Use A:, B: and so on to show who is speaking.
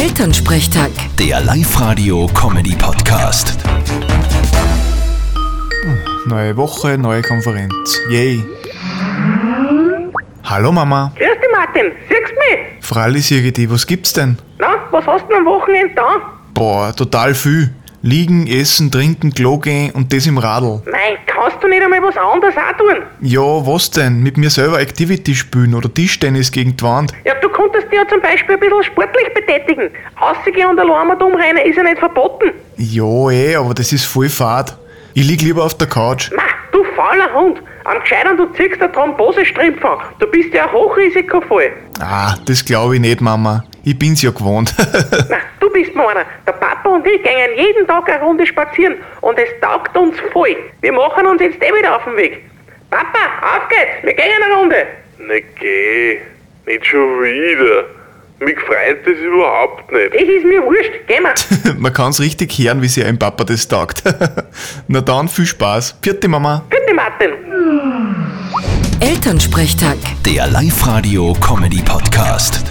A: Elternsprechtag.
B: Der Live-Radio-Comedy-Podcast.
C: Neue Woche, neue Konferenz. Yay. Hallo Mama.
D: Grüß dich, Martin. Siehst du mich?
C: Freilich, Sirgiti, was gibt's denn?
D: Na, was hast du denn am Wochenende da?
C: Boah, total viel. Liegen, essen, trinken, Klo gehen und das im Radl.
D: Nein, kannst du nicht einmal was anderes auch tun?
C: Ja, was denn? Mit mir selber Activity spielen oder Tischtennis gegen die Wand.
D: Ja, du konntest dich ja zum Beispiel ein bisschen sportlich betätigen. Aussehen und allein mal rumrennen ist ja nicht verboten.
C: Ja, eh, aber das ist voll fad. Ich lieg lieber auf der Couch.
D: Ma, du fauler Hund. Am Gescheitern, du ziehst eine Thrombosestrümpf an. Du bist ja ein Hochrisikofall.
C: Ah, das glaube ich nicht, Mama. Ich bin's ja gewohnt.
D: Na, du bist mir einer. Der Papa und ich gingen jeden Tag eine Runde spazieren und es taugt uns voll. Wir machen uns jetzt eh wieder auf den Weg. Papa, auf geht's, wir gehen eine Runde.
E: Na geh, nicht schon wieder. Mich freut das überhaupt nicht.
D: Das ist mir wurscht, gehen wir.
C: Man kann's richtig hören, wie sehr ein Papa das taugt. Na dann, viel Spaß. Vierte Mama.
D: Bitte, Martin.
A: Elternsprechtag.
B: Der Live-Radio-Comedy-Podcast.